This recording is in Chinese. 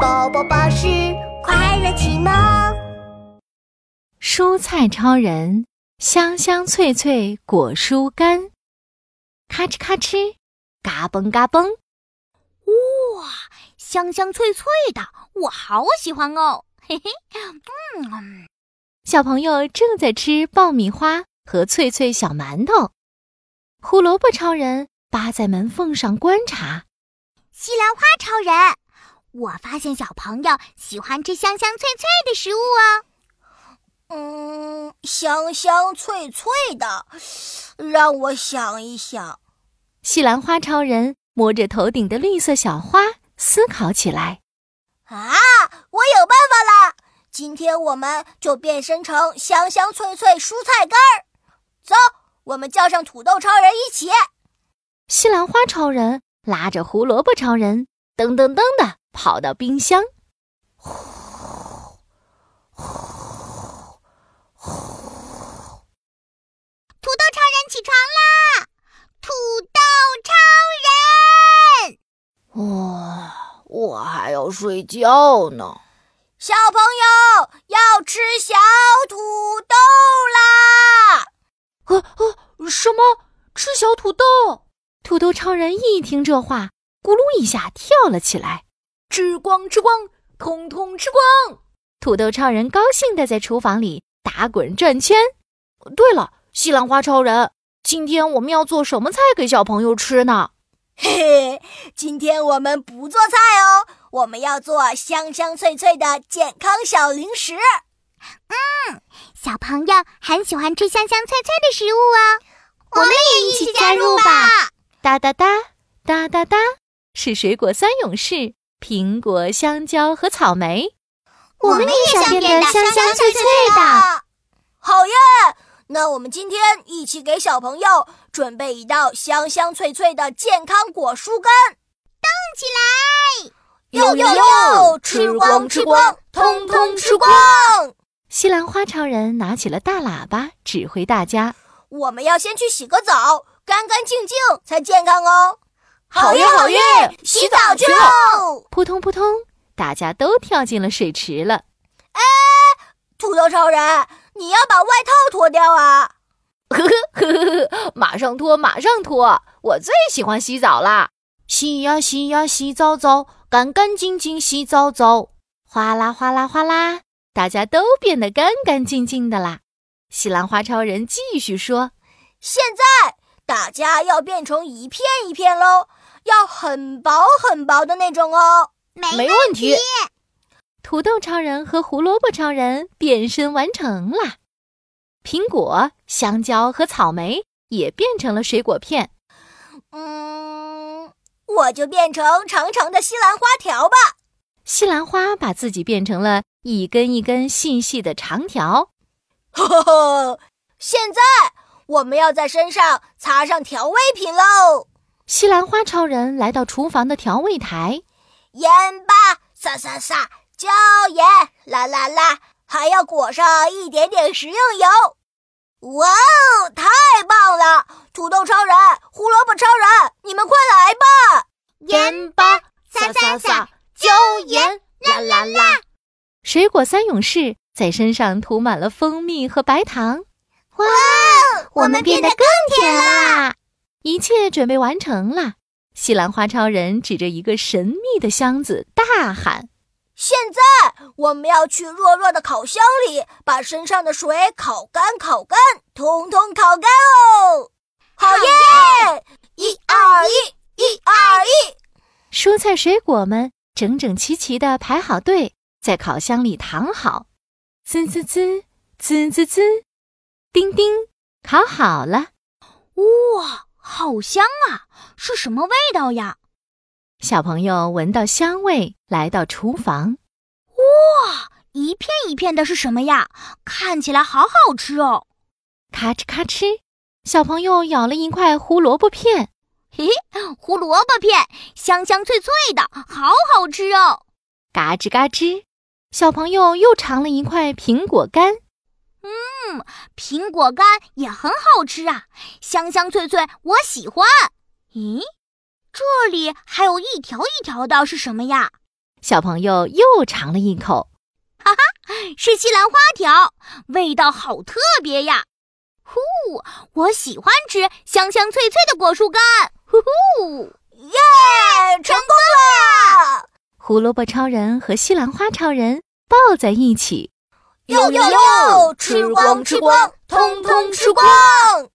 宝宝巴士快乐启蒙。蔬菜超人，香香脆脆果蔬干，咔哧咔哧，嘎嘣嘎嘣，哇，香香脆脆的，我好喜欢哦！嘿嘿，嗯，小朋友正在吃爆米花和脆脆小馒头。胡萝卜超人扒在门缝上观察，西兰花超人，我发现小朋友喜欢吃香香脆脆的食物哦。嗯，香香脆脆的，让我想一想。西兰花超人摸着头顶的绿色小花，思考起来。啊，我有办法啦！今天我们就变身成香香脆脆蔬菜干儿。走，我们叫上土豆超人一起。西兰花超人拉着胡萝卜超人，噔噔噔的跑到冰箱。土豆超人起床啦！土豆超人，哇、我还要睡觉呢。小朋友要吃小土豆啦！呃啊啊！什么？吃小土豆？土豆超人一听这话，咕噜一下跳了起来。吃光吃光，通通吃光！土豆超人高兴地在厨房里打滚转圈。对了，西兰花超人，今天我们要做什么菜给小朋友吃呢？嘿嘿，今天我们不做菜哦，我们要做香香脆脆的健康小零食。小朋友很喜欢吃香香脆脆的食物哦。我们也一起加入吧！哒哒哒哒哒哒，是水果三勇士：苹果、香蕉和草莓。我们也想变得香香脆脆的。好耶！那我们今天一起给小朋友准备一道香香脆脆的健康果蔬干，动起来！呦呦呦，吃光吃光，通通吃光！西兰花超人拿起了大喇叭，指挥大家。我们要先去洗个澡，干干净净才健康哦。好耶好耶洗澡去喽！扑通扑通，大家都跳进了水池了。 土豆超人，你要把外套脱掉啊！呵呵呵呵，马上脱，马上脱！我最喜欢洗澡啦！洗呀洗呀洗澡澡，干干净净洗澡澡。哗啦哗啦哗啦，大家都变得干干净净的啦。西兰花超人继续说现在大家要变成一片一片喽，要很薄很薄的那种哦。没没问题。：“土豆超人和胡萝卜超人变身完成啦！苹果、香蕉和草莓也变成了水果片。嗯，我就变成长长的西兰花条吧。 西兰花把自己变成了一根一根细细的长条。呵呵，现在我们要在身上擦上调味品喽，西兰花超人来到厨房的调味台，盐巴撒撒撒，椒盐啦啦啦，还要裹上一点点食用油。哇哦，太棒了！土豆超人、胡萝卜超人，你们快来吧！盐巴撒撒撒，椒盐啦啦啦！水果三勇士在身上涂满了蜂蜜和白糖。哇，我们变得更甜啦！啊一切准备完成啦！西兰花超人指着一个神秘的箱子大喊现在我们要去弱弱的烤箱里，把身上的水烤干，烤干，通通烤干哦！好耶！一二一，一二一，：“蔬菜水果们整整齐齐地排好队，在烤箱里躺好。”滋滋滋，滋滋滋，叮叮，烤好了！哇，好香啊！是什么味道呀？小朋友闻到香味，来到厨房。一片一片的是什么呀？看起来好好吃哦！咔哧咔哧，小朋友咬了一块胡萝卜片。嘿嘿，胡萝卜片香香脆脆的，好好吃哦！嘎吱嘎吱，小朋友又尝了一块苹果干。苹果干也很好吃啊，香香脆脆，我喜欢。咦，这里还有一条一条的，是什么呀？小朋友又尝了一口，是西兰花条，味道好特别呀！呼，我喜欢吃香香脆脆的果树干。呼呼，哎，成功了！胡萝卜超人和西兰花超人抱在一起。哟哟哟，吃光吃光，通通吃光！